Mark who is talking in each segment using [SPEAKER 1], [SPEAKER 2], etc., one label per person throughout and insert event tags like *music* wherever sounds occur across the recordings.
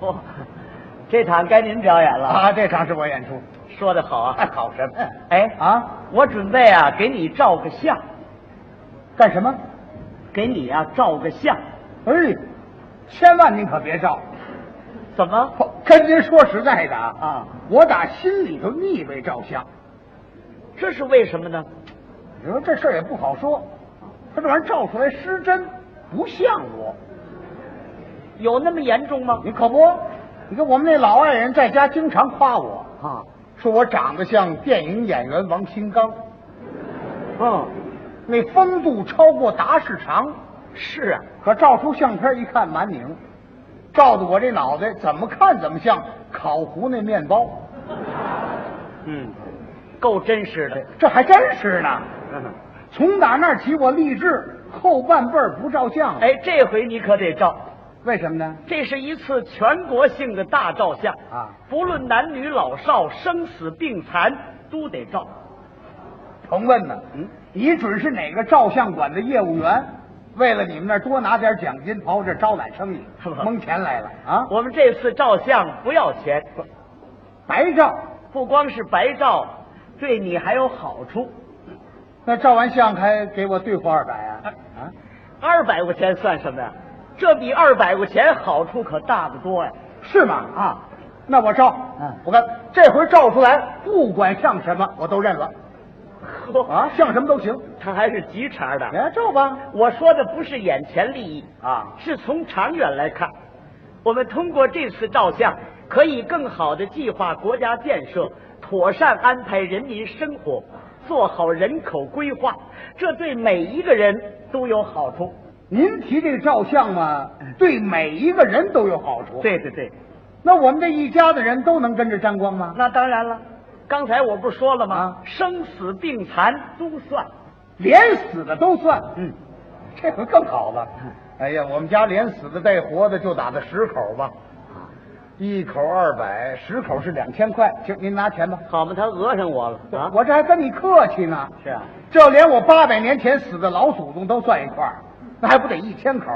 [SPEAKER 1] 哦，这场该您表演了。
[SPEAKER 2] 啊，这场是我演出，
[SPEAKER 1] 说的好
[SPEAKER 2] 还
[SPEAKER 1] 啊！
[SPEAKER 2] 好什么？
[SPEAKER 1] 哎
[SPEAKER 2] 啊，
[SPEAKER 1] 我准备啊给你照个相，
[SPEAKER 2] 干什么？
[SPEAKER 1] 给你啊照个相。
[SPEAKER 2] 哎，千万您可别照！
[SPEAKER 1] 怎么？
[SPEAKER 2] 不跟您说实在的啊，
[SPEAKER 1] 啊，
[SPEAKER 2] 我打心里头腻味照相。
[SPEAKER 1] 这是为什么呢？
[SPEAKER 2] 你说这事儿也不好说，他这玩意儿照出来失真，不像我。
[SPEAKER 1] 有那么严重吗？
[SPEAKER 2] 你可不，你看我们那老外人在家经常夸我，
[SPEAKER 1] 啊，
[SPEAKER 2] 说我长得像电影演员王新刚，
[SPEAKER 1] 嗯，
[SPEAKER 2] 那风度超过达士长。
[SPEAKER 1] 是啊，
[SPEAKER 2] 可照出相片一看，满拧，照的我这脑袋怎么看怎么像烤糊那面包，
[SPEAKER 1] 嗯，够真实的。
[SPEAKER 2] 这还真是呢。
[SPEAKER 1] 嗯
[SPEAKER 2] 从打那儿起，我立志后半辈儿不照相了。
[SPEAKER 1] 哎，这回你可得照，
[SPEAKER 2] 为什么呢？
[SPEAKER 1] 这是一次全国性的大照相
[SPEAKER 2] 啊！
[SPEAKER 1] 不论男女老少、生死病残，都得照。
[SPEAKER 2] 甭问呢，
[SPEAKER 1] 嗯，，
[SPEAKER 2] 你准是哪个照相馆的业务员，为了你们那儿多拿点奖金，跑我这儿招揽生意蒙钱来了啊！
[SPEAKER 1] 我们这次照相不要钱，
[SPEAKER 2] 白照，
[SPEAKER 1] 不光是白照，对你还有好处。
[SPEAKER 2] 那照完相还给我兑付二百啊？
[SPEAKER 1] 哎
[SPEAKER 2] 啊，
[SPEAKER 1] 二百块钱算什么呀？这比二百块钱好处可大得多呀！
[SPEAKER 2] 是吗？啊，那我照，
[SPEAKER 1] 嗯
[SPEAKER 2] 我看这回照出来，不管像什么我都认了
[SPEAKER 1] 呵，
[SPEAKER 2] 啊，像什么都行。
[SPEAKER 1] 他还是急茬的。
[SPEAKER 2] 来照吧，
[SPEAKER 1] 我说的不是眼前利益
[SPEAKER 2] 啊
[SPEAKER 1] 是从长远来看，我们通过这次照相，可以更好的计划国家建设，妥善安排人民生活，做好人口规划，这对每一个人都有好处。
[SPEAKER 2] 您提这个照相嘛，对每一个人都有好处。，
[SPEAKER 1] 对对对，
[SPEAKER 2] 那我们这一家子人都能跟着沾光吗？
[SPEAKER 1] 那当然了，刚才我不是说了吗？
[SPEAKER 2] 啊
[SPEAKER 1] 生死病残都算。
[SPEAKER 2] 连死的都算，
[SPEAKER 1] 嗯，
[SPEAKER 2] 这回更好了。哎呀，我们家连死的带活的就打到十口吧，啊一口二百，十口是两千块。行，您拿钱吧。
[SPEAKER 1] 好嘛，他讹上我了啊！
[SPEAKER 2] 我这还跟你客气呢。
[SPEAKER 1] 是啊，
[SPEAKER 2] 这连我八百年前死的老祖宗都算一块儿，那还不得一千口？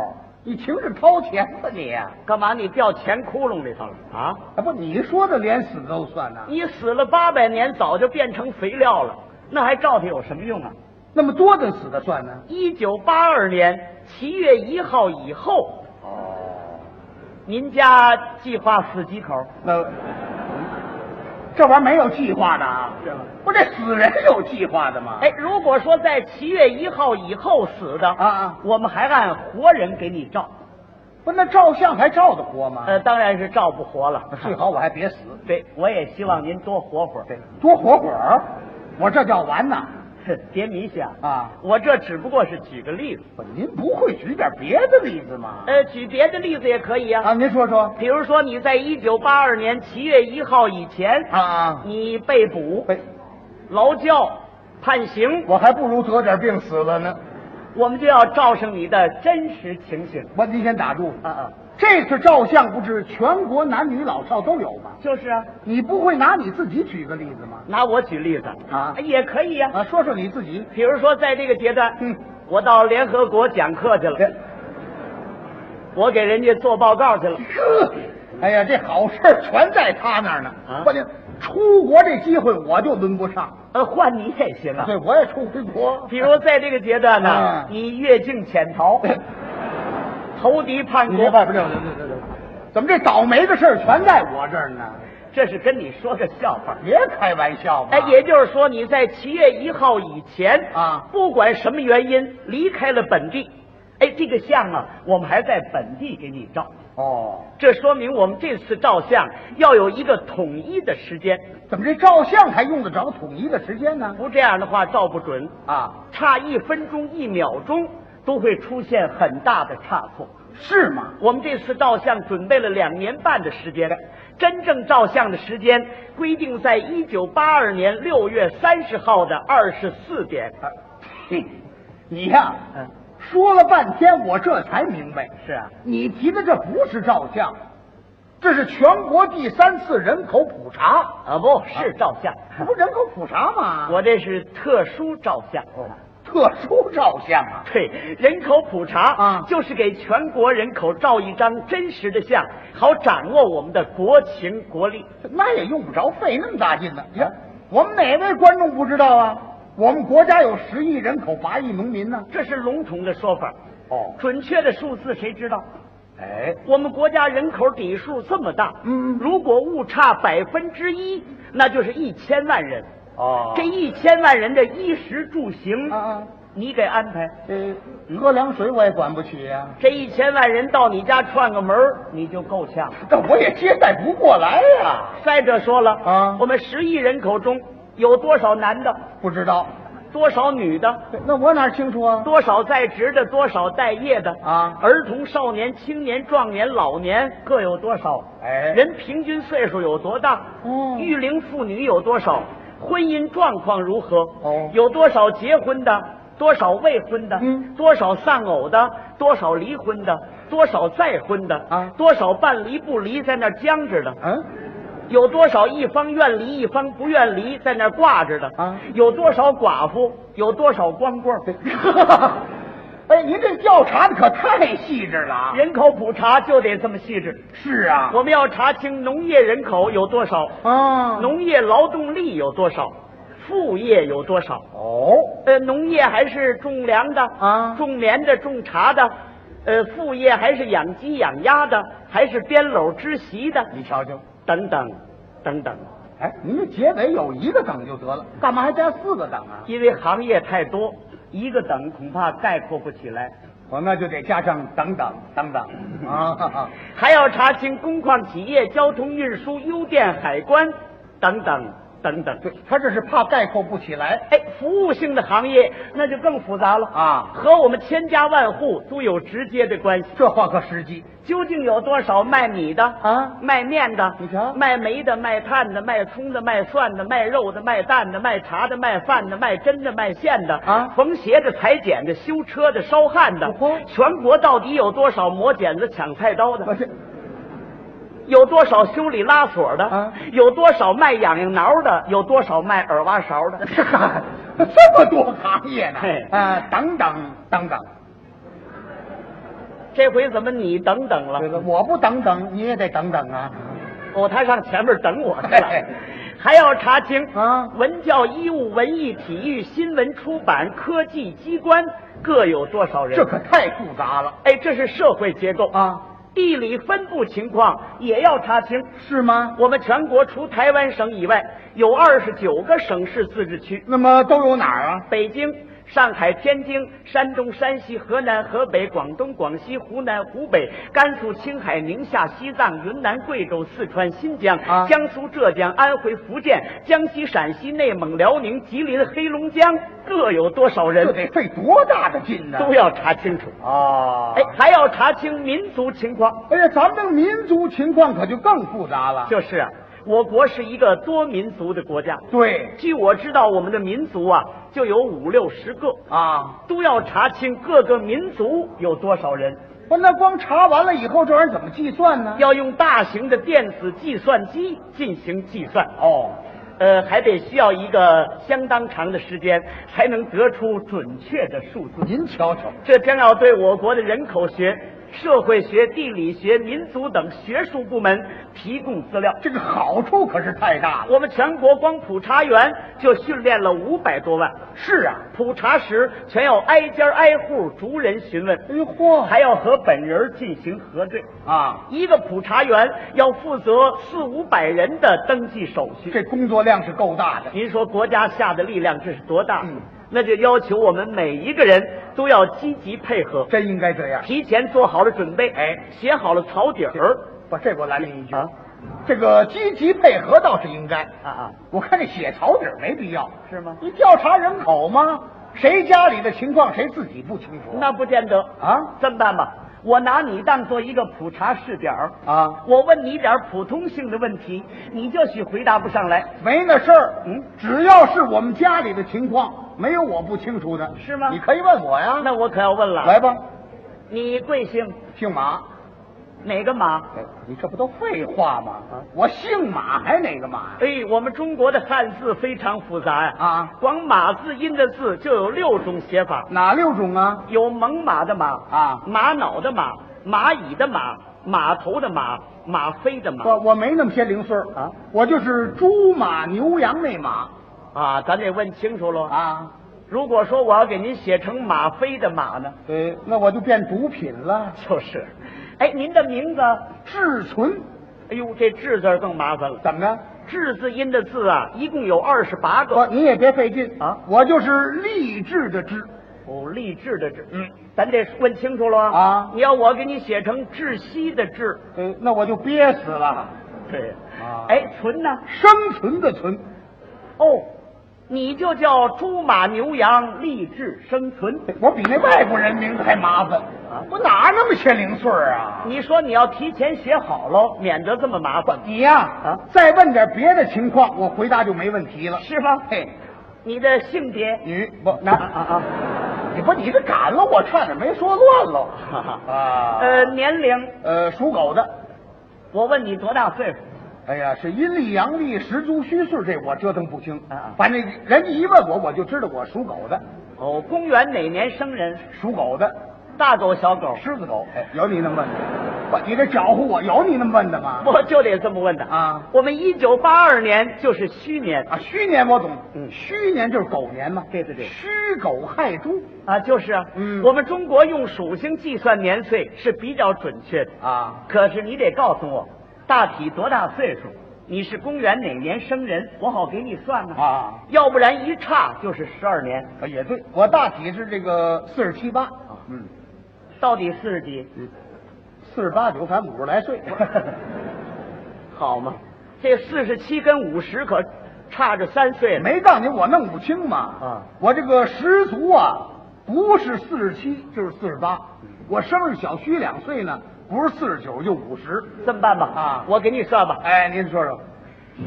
[SPEAKER 2] 你情是掏钱吧你？
[SPEAKER 1] 干嘛你掉钱窟窿里头了啊？
[SPEAKER 2] 啊不，你说的连死都算呢？
[SPEAKER 1] 你死了八百年，早就变成肥料了，那还照它有什么用啊？
[SPEAKER 2] 那么多的死的算呢？
[SPEAKER 1] 一九八二年七月一号以后，
[SPEAKER 2] 哦，
[SPEAKER 1] 您家计划死几口？
[SPEAKER 2] 那这玩意儿没有计划的啊？
[SPEAKER 1] 是吗
[SPEAKER 2] 不，这死人有计划的吗？
[SPEAKER 1] 哎，如果说在七月一号以后死的
[SPEAKER 2] 啊啊
[SPEAKER 1] 我们还按活人给你照，
[SPEAKER 2] 不，那照相还照得活吗？
[SPEAKER 1] 呃，当然是照不活了。
[SPEAKER 2] 最好我还别死，
[SPEAKER 1] 对，我也希望您多活会儿。
[SPEAKER 2] 多活会儿，我这叫完呐！
[SPEAKER 1] 哼别迷信啊！
[SPEAKER 2] 啊，
[SPEAKER 1] 我这只不过是举个例子，
[SPEAKER 2] 不您不会举点别的例子吗？
[SPEAKER 1] 呃，举别的例子也可以
[SPEAKER 2] 啊，
[SPEAKER 1] 啊。
[SPEAKER 2] 您说说
[SPEAKER 1] 比如说你在一九八二年七月一号以前，
[SPEAKER 2] 啊，
[SPEAKER 1] 你被捕、
[SPEAKER 2] 喂，
[SPEAKER 1] 劳教、判刑，
[SPEAKER 2] 我还不如得点病死了呢。
[SPEAKER 1] 我们就要照上你的真实情形。
[SPEAKER 2] 我您先打住，
[SPEAKER 1] 啊啊，
[SPEAKER 2] 这次照相不是全国男女老少都有吗？
[SPEAKER 1] 就是啊，
[SPEAKER 2] 你不会拿你自己举个例子吗？
[SPEAKER 1] 拿我举例子
[SPEAKER 2] 啊
[SPEAKER 1] 也可以啊。
[SPEAKER 2] 啊，说说你自己。 *laughs*
[SPEAKER 1] 比如说在这个阶段，
[SPEAKER 2] 嗯，
[SPEAKER 1] 我到联合国讲课去了，
[SPEAKER 2] 这
[SPEAKER 1] 我给人家做报告去了。
[SPEAKER 2] 呵，哎呀，这好事儿全在他那儿呢。
[SPEAKER 1] 啊
[SPEAKER 2] 关键出国这机会我就轮不上。
[SPEAKER 1] 呃，换你也行啊。
[SPEAKER 2] 对，我也出回国。
[SPEAKER 1] 比如在这个阶段呢
[SPEAKER 2] 啊，
[SPEAKER 1] 你越境潜逃，投敌叛
[SPEAKER 2] 你这
[SPEAKER 1] 国，
[SPEAKER 2] 外边溜溜溜溜溜，怎么这倒霉的事儿全在我这儿呢？
[SPEAKER 1] 这是跟你说个笑话。
[SPEAKER 2] 别开玩笑吧！
[SPEAKER 1] 哎，也就是说，你在七月一号以前
[SPEAKER 2] 啊
[SPEAKER 1] 不管什么原因离开了本地，哎，这个相啊，我们还在本地给你照。
[SPEAKER 2] 哦，
[SPEAKER 1] 这说明我们这次照相要有一个统一的时间，
[SPEAKER 2] 怎么这照相还用得着统一的时间呢？
[SPEAKER 1] 不这样的话照不准，
[SPEAKER 2] 啊，
[SPEAKER 1] 差一分钟、一秒钟都会出现很大的差错。
[SPEAKER 2] 是吗？
[SPEAKER 1] 我们这次照相准备了两年半的时间，真正照相的时间规定在一九八二年六月三十号的二十四点。
[SPEAKER 2] 啊嘿，你呀、
[SPEAKER 1] 嗯
[SPEAKER 2] 说了半天，我这才明白，
[SPEAKER 1] 是啊，
[SPEAKER 2] 你提的这不是照相，这是全国第三次人口普查，
[SPEAKER 1] 啊，不是照相，
[SPEAKER 2] 嗯这不人口普查吗？
[SPEAKER 1] 我这是特殊照相。
[SPEAKER 2] 哦，特特殊照相啊！
[SPEAKER 1] 对，人口普查
[SPEAKER 2] 啊
[SPEAKER 1] 就是给全国人口照一张真实的相，好掌握我们的国情国力。
[SPEAKER 2] 那也用不着费那么大劲呢。你看，我们哪位观众不知道啊？我们国家有十亿人口，八亿农民呢。
[SPEAKER 1] 这是笼统的说法，
[SPEAKER 2] 哦，
[SPEAKER 1] 准确的数字谁知道？
[SPEAKER 2] 哎，
[SPEAKER 1] 我们国家人口底数这么大，
[SPEAKER 2] 嗯
[SPEAKER 1] 如果误差百分之一，那就是一千万人。
[SPEAKER 2] 哦
[SPEAKER 1] 这一千万人的衣食住行，
[SPEAKER 2] 啊啊，
[SPEAKER 1] 你给安排。
[SPEAKER 2] 这喝凉呃水我也管不起啊呀、
[SPEAKER 1] 这一千万人到你家串个门儿你就够呛。
[SPEAKER 2] 这我也接待不过来呀、
[SPEAKER 1] 再者说了，
[SPEAKER 2] 啊
[SPEAKER 1] 我们十亿人口中有多少男的，
[SPEAKER 2] 不知道，
[SPEAKER 1] 多少女的，
[SPEAKER 2] 那我哪清楚啊？
[SPEAKER 1] 多少在职的，多少待业的
[SPEAKER 2] 啊
[SPEAKER 1] 儿童、少年、青年、壮年、老年各有多少？
[SPEAKER 2] 哎
[SPEAKER 1] 人平均岁数有多大？
[SPEAKER 2] 嗯
[SPEAKER 1] 育龄妇女有多少？婚姻状况如何？
[SPEAKER 2] 哦
[SPEAKER 1] 有多少结婚的？多少未婚的？
[SPEAKER 2] 嗯
[SPEAKER 1] 多少丧偶的？多少离婚的？多少再婚的？
[SPEAKER 2] 啊
[SPEAKER 1] 多少半离不离在那儿僵着的？
[SPEAKER 2] 嗯，
[SPEAKER 1] 有多少一方愿离一方不愿离在那儿挂着的？
[SPEAKER 2] 啊
[SPEAKER 1] 有多少寡妇？有多少光棍
[SPEAKER 2] *laughs*
[SPEAKER 1] 儿？
[SPEAKER 2] *laughs* 哎，您这调查的可太细致了啊！
[SPEAKER 1] *laughs* 人口普查就得这么细致。
[SPEAKER 2] 是啊，
[SPEAKER 1] 我们要查清农业人口有多少，
[SPEAKER 2] 啊，
[SPEAKER 1] 农业劳动力有多少，副业有多少。
[SPEAKER 2] 哦，
[SPEAKER 1] 呃，农业还是种粮的
[SPEAKER 2] 啊
[SPEAKER 1] 种棉的，种茶的。呃，副业还是养鸡养鸭的，还是编篓织席的，
[SPEAKER 2] 你瞧瞧，
[SPEAKER 1] 等等，等等。
[SPEAKER 2] 哎，您这结尾有一个等就得了，干嘛还加四个等啊？
[SPEAKER 1] 因为行业太多，一个等恐怕概括不起来。
[SPEAKER 2] 我哦那就得加上等等等等啊！
[SPEAKER 1] 还要查清工矿企业、交通运输、邮电、海关等等等等。
[SPEAKER 2] 对，他这是怕概括不起来
[SPEAKER 1] 哎，服务性的行业那就更复杂了
[SPEAKER 2] 啊，
[SPEAKER 1] 和我们千家万户都有直接的关系。
[SPEAKER 2] 这话可实际
[SPEAKER 1] 究竟有多少卖米的
[SPEAKER 2] 啊
[SPEAKER 1] 卖面的，
[SPEAKER 2] 你瞧
[SPEAKER 1] 卖煤的、卖炭的、卖葱的、卖蒜的、卖肉的、卖蛋的、卖茶的、卖饭的、卖针的、卖线的
[SPEAKER 2] 啊
[SPEAKER 1] 缝鞋的、裁剪的、修车的、烧焊的
[SPEAKER 2] 哦，
[SPEAKER 1] 全国到底有多少磨剪子、抢菜刀的？
[SPEAKER 2] 我这 *laughs*
[SPEAKER 1] 有多少修理拉锁的？
[SPEAKER 2] 啊
[SPEAKER 1] 有多少卖痒痒挠的？有多少卖耳挖勺
[SPEAKER 2] *laughs*
[SPEAKER 1] 的？
[SPEAKER 2] 这么多行业呢
[SPEAKER 1] 嘿？
[SPEAKER 2] 啊，等等等等，
[SPEAKER 1] 这回怎么你等等
[SPEAKER 2] 这个
[SPEAKER 1] 了？
[SPEAKER 2] 我不等等，你也得等等啊！
[SPEAKER 1] 哦，他上前面等我去了
[SPEAKER 2] 嘿嘿。
[SPEAKER 1] *laughs* 还要查清
[SPEAKER 2] 啊
[SPEAKER 1] 文教、医务、文艺、体育、新闻、出版、科技、机关各有多少人？
[SPEAKER 2] 这可太复杂了
[SPEAKER 1] 哎，这是社会结构。
[SPEAKER 2] 啊，
[SPEAKER 1] 地理分布情况也要查清。
[SPEAKER 2] 是吗？
[SPEAKER 1] 我们全国除台湾省以外，有二十九个省市自治区。
[SPEAKER 2] 那么都有哪儿啊？
[SPEAKER 1] 北京、上海、天津、山东、山西、河南、河北、广东、广西、湖南、湖北、甘肃、青海、宁夏、西藏、云南、贵州、四川、新疆、
[SPEAKER 2] 啊
[SPEAKER 1] 江苏、浙江、安徽、福建、江西、陕西、内蒙、辽宁、吉林、黑龙江，各有多少
[SPEAKER 2] 这
[SPEAKER 1] 人，
[SPEAKER 2] 得费多大的劲呢？
[SPEAKER 1] 都要查清楚。
[SPEAKER 2] 啊！
[SPEAKER 1] 哎，还要查清民族情况。
[SPEAKER 2] 哎呀，咱们这个民族情况可就更复杂了。
[SPEAKER 1] 就是啊，我国是一个多民族的国家。
[SPEAKER 2] 对
[SPEAKER 1] 据我知道，我们的民族啊，就有五六十个，
[SPEAKER 2] 啊，
[SPEAKER 1] 都要查清各个民族有多少人。
[SPEAKER 2] 不，那光查完了以后，这玩意儿怎么计算呢？
[SPEAKER 1] 要用大型的电子计算机进行计算，
[SPEAKER 2] 哦，
[SPEAKER 1] 呃，还得需要一个相当长的时间才能得出准确的数字。
[SPEAKER 2] 您瞧瞧，
[SPEAKER 1] 这将要对我国的人口学、社会学、地理学、民族等学术部门提供资料。
[SPEAKER 2] 这个好处可是太大了。
[SPEAKER 1] 我们全国光普查员就训练了五百多万，
[SPEAKER 2] 是啊，
[SPEAKER 1] 普查时全要挨家挨户逐人询问，
[SPEAKER 2] 哎呦嚯，
[SPEAKER 1] 还要和本人进行核对。
[SPEAKER 2] 啊，
[SPEAKER 1] 一个普查员要负责四五百人的登记手续。
[SPEAKER 2] 这工作量是够大的。
[SPEAKER 1] 您说国家下的力量这是多大？
[SPEAKER 2] 嗯
[SPEAKER 1] 那就要求我们每一个人都要积极配合，
[SPEAKER 2] 真应该这样。
[SPEAKER 1] 提前做好了准备，
[SPEAKER 2] 哎，
[SPEAKER 1] 写好了草底儿。
[SPEAKER 2] 不，这我拦您一句
[SPEAKER 1] 啊，
[SPEAKER 2] 这个积极配合倒是应该。
[SPEAKER 1] 啊啊，
[SPEAKER 2] 我看这写草纸没必要，
[SPEAKER 1] 是吗
[SPEAKER 2] 你调查人口吗？谁家里的情况谁自己不清楚？
[SPEAKER 1] 那不见得
[SPEAKER 2] 啊。
[SPEAKER 1] 这么办吧，我拿你当做一个普查试点儿
[SPEAKER 2] 啊，
[SPEAKER 1] 我问你点儿普通性的问题，你就许回答不上来。
[SPEAKER 2] 没那事儿，
[SPEAKER 1] 嗯，
[SPEAKER 2] 只要是我们家里的情况，没有我不清楚的，
[SPEAKER 1] 是吗
[SPEAKER 2] 啊你可以问我呀。
[SPEAKER 1] 那我可要问了，
[SPEAKER 2] 来吧，
[SPEAKER 1] 你贵姓？
[SPEAKER 2] 姓马，
[SPEAKER 1] 哪个马？
[SPEAKER 2] 哎，你这不都废话吗？
[SPEAKER 1] 啊
[SPEAKER 2] 我姓马还哪个马？
[SPEAKER 1] 哎，我们中国的汉字非常复杂呀、
[SPEAKER 2] 啊
[SPEAKER 1] 光马字音的字就有六种写法，
[SPEAKER 2] 哪六种啊？
[SPEAKER 1] 有猛犸的马
[SPEAKER 2] 啊
[SPEAKER 1] 玛瑙的马，蚂蚁的马，马头的马，马飞的马
[SPEAKER 2] 我我没那么些零碎儿
[SPEAKER 1] 啊，
[SPEAKER 2] 我就是猪马牛羊那马
[SPEAKER 1] 啊，咱得问清楚喽。
[SPEAKER 2] 啊。
[SPEAKER 1] 如果说我要给您写成马飞的马呢，
[SPEAKER 2] 对，哎那我就变毒品了。
[SPEAKER 1] 就是，哎，您的名字，
[SPEAKER 2] 志存
[SPEAKER 1] 哎呦，这志字儿更麻烦了，
[SPEAKER 2] 怎么着？
[SPEAKER 1] 志字音的字啊，一共有二十八个。
[SPEAKER 2] 我你也别费劲
[SPEAKER 1] 哦啊
[SPEAKER 2] 我就是励志的志。
[SPEAKER 1] 哦，励志的志，嗯，咱得问清楚喽
[SPEAKER 2] 啊
[SPEAKER 1] 你要我给你写成窒息的窒，
[SPEAKER 2] 对，那我就憋死了。
[SPEAKER 1] 对
[SPEAKER 2] 啊
[SPEAKER 1] 哎，存呢？
[SPEAKER 2] 生存的存，
[SPEAKER 1] 哦，你就叫猪马牛羊，励志生存。
[SPEAKER 2] 我比那外国人名字还麻烦
[SPEAKER 1] 啊
[SPEAKER 2] 我哪那么些零碎儿啊？
[SPEAKER 1] 你说你要提前写好喽，免得这么麻烦，
[SPEAKER 2] 你呀、
[SPEAKER 1] 啊
[SPEAKER 2] 再问点别的情况，我回答就没问题了。
[SPEAKER 1] 是吗？
[SPEAKER 2] 嘿，
[SPEAKER 1] 你的性别？
[SPEAKER 2] 女不男
[SPEAKER 1] 啊啊
[SPEAKER 2] 你不你这赶了我，差点没说乱喽。
[SPEAKER 1] 哈哈
[SPEAKER 2] 啊，
[SPEAKER 1] 呃，年龄？
[SPEAKER 2] 呃，属狗的，
[SPEAKER 1] 我问你多大岁数？
[SPEAKER 2] 哎呀，是阴历阳历十足虚岁，这我折腾不清。
[SPEAKER 1] 啊啊
[SPEAKER 2] 反正人家一问我，我就知道我属狗的，
[SPEAKER 1] 哦，公元哪年生人？
[SPEAKER 2] 属狗的，
[SPEAKER 1] 大狗小狗？
[SPEAKER 2] 狮子狗。哎，有你那么问的？不，你这搅和我，有你那么问的吗？
[SPEAKER 1] 我就得这么问的
[SPEAKER 2] 啊
[SPEAKER 1] 我们一九八二年就是虚年
[SPEAKER 2] 啊，虚年我懂，
[SPEAKER 1] 嗯
[SPEAKER 2] 虚年就是狗年嘛。
[SPEAKER 1] 对对对
[SPEAKER 2] 虚狗亥猪
[SPEAKER 1] 啊，就是啊，
[SPEAKER 2] 嗯
[SPEAKER 1] 我们中国用属性计算年岁是比较准确的。
[SPEAKER 2] 啊，
[SPEAKER 1] 可是你得告诉我，大体多大岁数？你是公元哪年生人？我好给你算呢。
[SPEAKER 2] 啊，
[SPEAKER 1] 要不然一差就是十二年，
[SPEAKER 2] 啊也对，我大体是这个四十七八，
[SPEAKER 1] 啊
[SPEAKER 2] 嗯，
[SPEAKER 1] 到底四十几，
[SPEAKER 2] 四十八九，反正五十
[SPEAKER 1] *laughs*
[SPEAKER 2] 来岁。
[SPEAKER 1] 好嘛？这四十七跟五十可差着三岁呢。
[SPEAKER 2] 没告诉你我弄不清嘛。
[SPEAKER 1] 啊，
[SPEAKER 2] 我这个十足啊，不是四十七就是四十八。
[SPEAKER 1] 嗯
[SPEAKER 2] 我生日小虚两岁呢，不是四十九就五十。
[SPEAKER 1] 这么办吧，
[SPEAKER 2] 啊
[SPEAKER 1] 我给你算吧。
[SPEAKER 2] 哎，您说说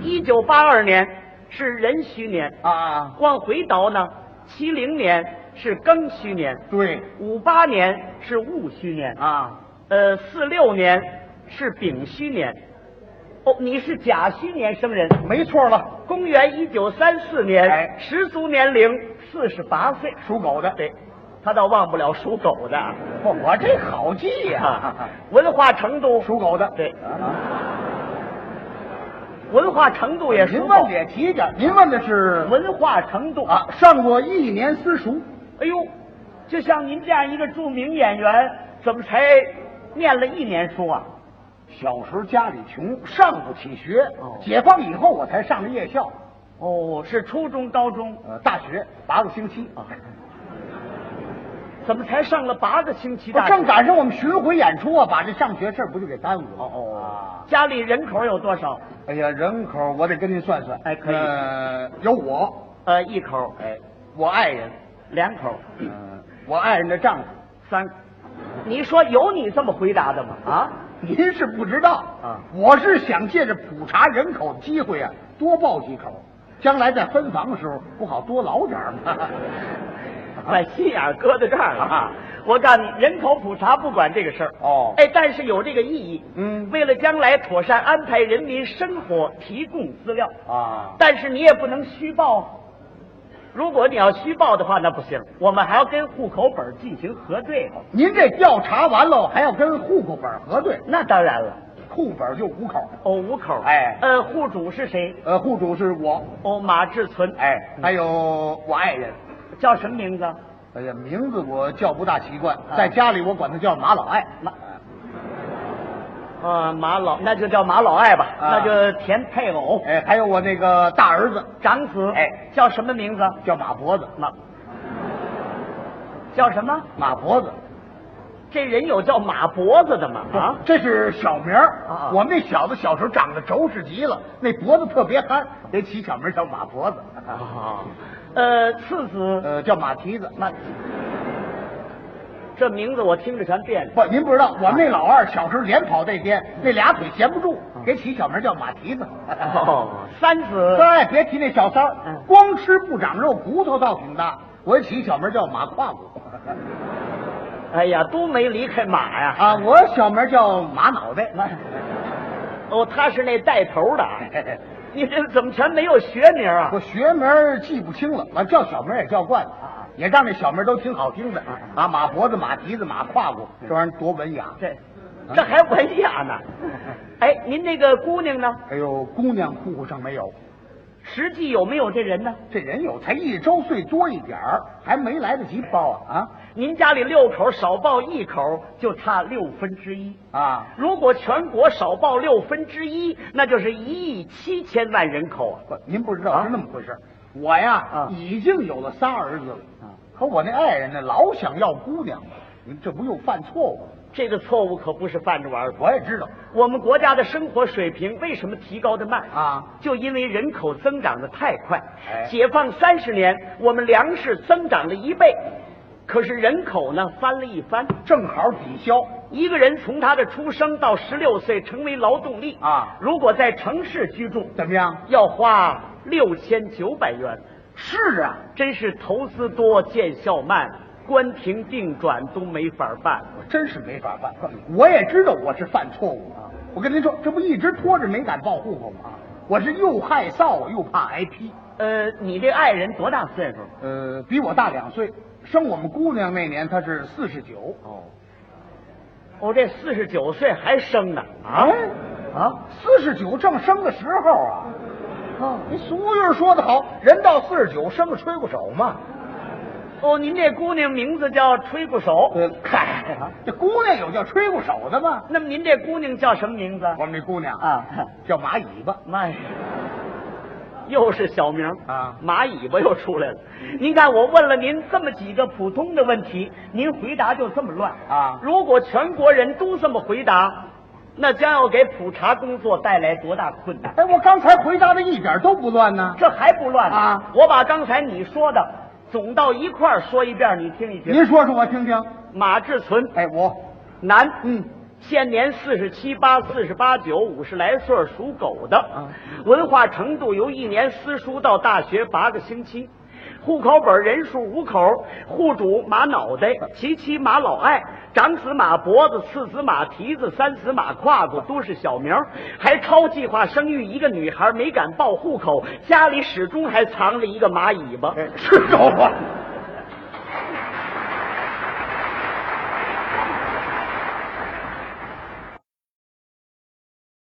[SPEAKER 1] 一九八二年是壬戌年，
[SPEAKER 2] 啊？
[SPEAKER 1] 往回倒呢，七零年是庚戌年，
[SPEAKER 2] 对
[SPEAKER 1] 五八年是戊戌年，
[SPEAKER 2] 啊，
[SPEAKER 1] 呃，四六年是丙戌年。哦，你是甲戌年生人，
[SPEAKER 2] 没错了，
[SPEAKER 1] 公元一九三四年，
[SPEAKER 2] 哎
[SPEAKER 1] 十足年龄四十八岁。
[SPEAKER 2] 属狗的。
[SPEAKER 1] 对，他倒忘不了属狗的。
[SPEAKER 2] 不，我这好记哎呀、
[SPEAKER 1] 文化程度，
[SPEAKER 2] 属狗的。
[SPEAKER 1] 啊对
[SPEAKER 2] 啊，
[SPEAKER 1] 文化程度也
[SPEAKER 2] 您
[SPEAKER 1] 属
[SPEAKER 2] 问
[SPEAKER 1] 狗
[SPEAKER 2] 的。也提点，您问的是
[SPEAKER 1] 文化程度
[SPEAKER 2] 啊，上过一年私塾。
[SPEAKER 1] 哎呦，就像您这样一个著名演员，怎么才念了一年书啊？
[SPEAKER 2] 小时候家里穷，上不起学。
[SPEAKER 1] 哦
[SPEAKER 2] 解放以后，我才上的夜校。
[SPEAKER 1] 哦，是初中、高中，
[SPEAKER 2] 呃，大学八个星期 *laughs* 啊，
[SPEAKER 1] 怎么才上了八个星期
[SPEAKER 2] 不
[SPEAKER 1] 大学？
[SPEAKER 2] 正赶上我们巡回演出啊，把这上学事儿不就给耽误了？
[SPEAKER 1] 哦哦
[SPEAKER 2] 啊，
[SPEAKER 1] 家里人口有多少？
[SPEAKER 2] 哎呀，人口我得跟您算算，
[SPEAKER 1] 哎可以
[SPEAKER 2] 呃，有我，
[SPEAKER 1] 呃，一口，
[SPEAKER 2] 哎，我爱人，
[SPEAKER 1] 两口，
[SPEAKER 2] 嗯、我爱人的丈夫，
[SPEAKER 1] 三口。你说有你这么回答的吗？啊，
[SPEAKER 2] *laughs* 您是不知道
[SPEAKER 1] 啊，
[SPEAKER 2] 我是想借着普查人口的机会啊，多报几口，将来在分房的时候不好多捞点儿吗？
[SPEAKER 1] 把哎心眼儿搁在这儿了啊！我告诉你，人口普查不管这个事儿
[SPEAKER 2] 哦
[SPEAKER 1] 哎，但是有这个意义。
[SPEAKER 2] 嗯
[SPEAKER 1] 为了将来妥善安排人民生活，提供资料。
[SPEAKER 2] *laughs* 啊，
[SPEAKER 1] 但是你也不能虚报啊。如果你要虚报的话，那不行，我们还要跟户口本进行核对。
[SPEAKER 2] 您这调查完了还要跟户口本核对，
[SPEAKER 1] 那当然了，
[SPEAKER 2] 户本就五口，
[SPEAKER 1] 哦，五口，
[SPEAKER 2] 哎
[SPEAKER 1] 呃，户主是谁？
[SPEAKER 2] 呃，户主是我，
[SPEAKER 1] 哦，马志存，嗯
[SPEAKER 2] 哎，还有我爱人。
[SPEAKER 1] 叫什么名字？
[SPEAKER 2] 哎呀，名字我叫不大习惯，
[SPEAKER 1] 哎
[SPEAKER 2] 在家里我管他叫马老爱。
[SPEAKER 1] 马啊，马老，那就叫马老爱吧，
[SPEAKER 2] 啊
[SPEAKER 1] 那就填配偶，
[SPEAKER 2] 哎，还有我那个大儿子
[SPEAKER 1] 长子，
[SPEAKER 2] 哎，
[SPEAKER 1] 叫什么名字？
[SPEAKER 2] 叫马脖子，
[SPEAKER 1] 马，叫什么？
[SPEAKER 2] 马脖子
[SPEAKER 1] 这人有叫马脖子的吗？啊，
[SPEAKER 2] 这是小名儿
[SPEAKER 1] 啊啊
[SPEAKER 2] 我们那小子小时候长得轴实极了，那脖子特别憨，给起小名叫马脖子，
[SPEAKER 1] 啊，呃，次子，
[SPEAKER 2] 呃，叫马蹄子。
[SPEAKER 1] 那这名字我听着全别扭。
[SPEAKER 2] 不，您不知
[SPEAKER 1] 啊
[SPEAKER 2] 道，我们那老二小时候连跑带
[SPEAKER 1] 嗯
[SPEAKER 2] 颠，那俩腿闲不住，给起小名叫马蹄子。 *laughs*
[SPEAKER 1] 哦，三子
[SPEAKER 2] 三爱别提那小三儿
[SPEAKER 1] 嗯，
[SPEAKER 2] 光吃不长肉，骨头倒挺大。我起小名叫马胯骨。
[SPEAKER 1] 哎呀，都没离开马呀！
[SPEAKER 2] 啊，我小名叫马脑袋。
[SPEAKER 1] 哦，他是那带头的，你这怎么全没有学名啊？
[SPEAKER 2] 哎我学名儿记不清了，完叫小名儿也叫惯了，也让这小名儿都挺好听的啊，马脖子、马蹄子、马胯骨，这玩意儿多文雅。
[SPEAKER 1] 这这还文雅 *laughs* 呢。哎，您那个姑娘呢？
[SPEAKER 2] 哎呦，姑娘户口上没有，
[SPEAKER 1] 实际有没有这人呢？
[SPEAKER 2] 这人有才一周岁多一点儿，还没来得及报啊
[SPEAKER 1] 您家里六口少报一口，就差六分之一。
[SPEAKER 2] 啊啊！
[SPEAKER 1] 如果全国少报六分之一，那就是一亿七千万人口啊！
[SPEAKER 2] 不，您不知道是那么回事儿。我呀、
[SPEAKER 1] 啊
[SPEAKER 2] 已经有了仨儿子了，可我那爱人呢，老想要姑娘，您这不又犯错误了？
[SPEAKER 1] 这个错误可不是犯着玩儿的。
[SPEAKER 2] 我也知道
[SPEAKER 1] 我们国家的生活水平为什么提高的慢？
[SPEAKER 2] 啊，
[SPEAKER 1] 就因为人口增长的太快
[SPEAKER 2] 哎。
[SPEAKER 1] 解放三十年，我们粮食增长了一倍，可是人口呢翻了一番。
[SPEAKER 2] 正好抵消。
[SPEAKER 1] 一个人从他的出生到十六岁成为劳动力
[SPEAKER 2] 啊
[SPEAKER 1] 如果在城市居住，
[SPEAKER 2] 怎么样？
[SPEAKER 1] 要花六千九百元，
[SPEAKER 2] 是啊，
[SPEAKER 1] 真是投资多见效慢，关停并转都没法办。
[SPEAKER 2] 我真是没法办。我也知道我是犯错误啊。我跟您说，这不一直拖着没敢报户口吗？我是又害臊又怕挨批。
[SPEAKER 1] 呃，你这爱人多大岁数？
[SPEAKER 2] 呃，比我大两岁，生我们姑娘那年她是四十九
[SPEAKER 1] 哦，我这四十九岁还生呢
[SPEAKER 2] 啊啊，四十九正生的时候啊。
[SPEAKER 1] 哦
[SPEAKER 2] 你俗语说得好，人到四十九生个吹过手嘛。
[SPEAKER 1] 哦，您这姑娘名字叫吹鼓手，
[SPEAKER 2] 呃，嗨，这姑娘有叫吹过手的吗？
[SPEAKER 1] 那么您这姑娘叫什么名字？
[SPEAKER 2] 我们这姑娘
[SPEAKER 1] 啊
[SPEAKER 2] 叫马尾巴。
[SPEAKER 1] 妈呀！又是小名
[SPEAKER 2] 啊
[SPEAKER 1] 马尾巴又出来了。您看，我问了您这么几个普通的问题，您回答就这么乱
[SPEAKER 2] 啊
[SPEAKER 1] 如果全国人都这么回答，那将要给普查工作带来多大困难？
[SPEAKER 2] 哎，我刚才回答的一点都不乱呢。
[SPEAKER 1] 这还不乱呢
[SPEAKER 2] 啊
[SPEAKER 1] 我把刚才你说的总到一块儿说一遍，你听一听。
[SPEAKER 2] 您说说我听听。
[SPEAKER 1] 马志存，
[SPEAKER 2] 哎，我，
[SPEAKER 1] 男，
[SPEAKER 2] 嗯，
[SPEAKER 1] 现年四十七八、四十八九、五十来岁儿，属狗的。
[SPEAKER 2] 啊
[SPEAKER 1] 文化程度由一年私塾到大学八个星期。户口本人数五口，户主马脑袋，其妻马老爱，长子马脖子，次子马蹄子，三子马胯骨，都是小名儿。还超计划生育一个女
[SPEAKER 2] 哎
[SPEAKER 1] 孩，没敢报户口，家里始终还藏着一个马尾巴。
[SPEAKER 2] 哎，是狗啊！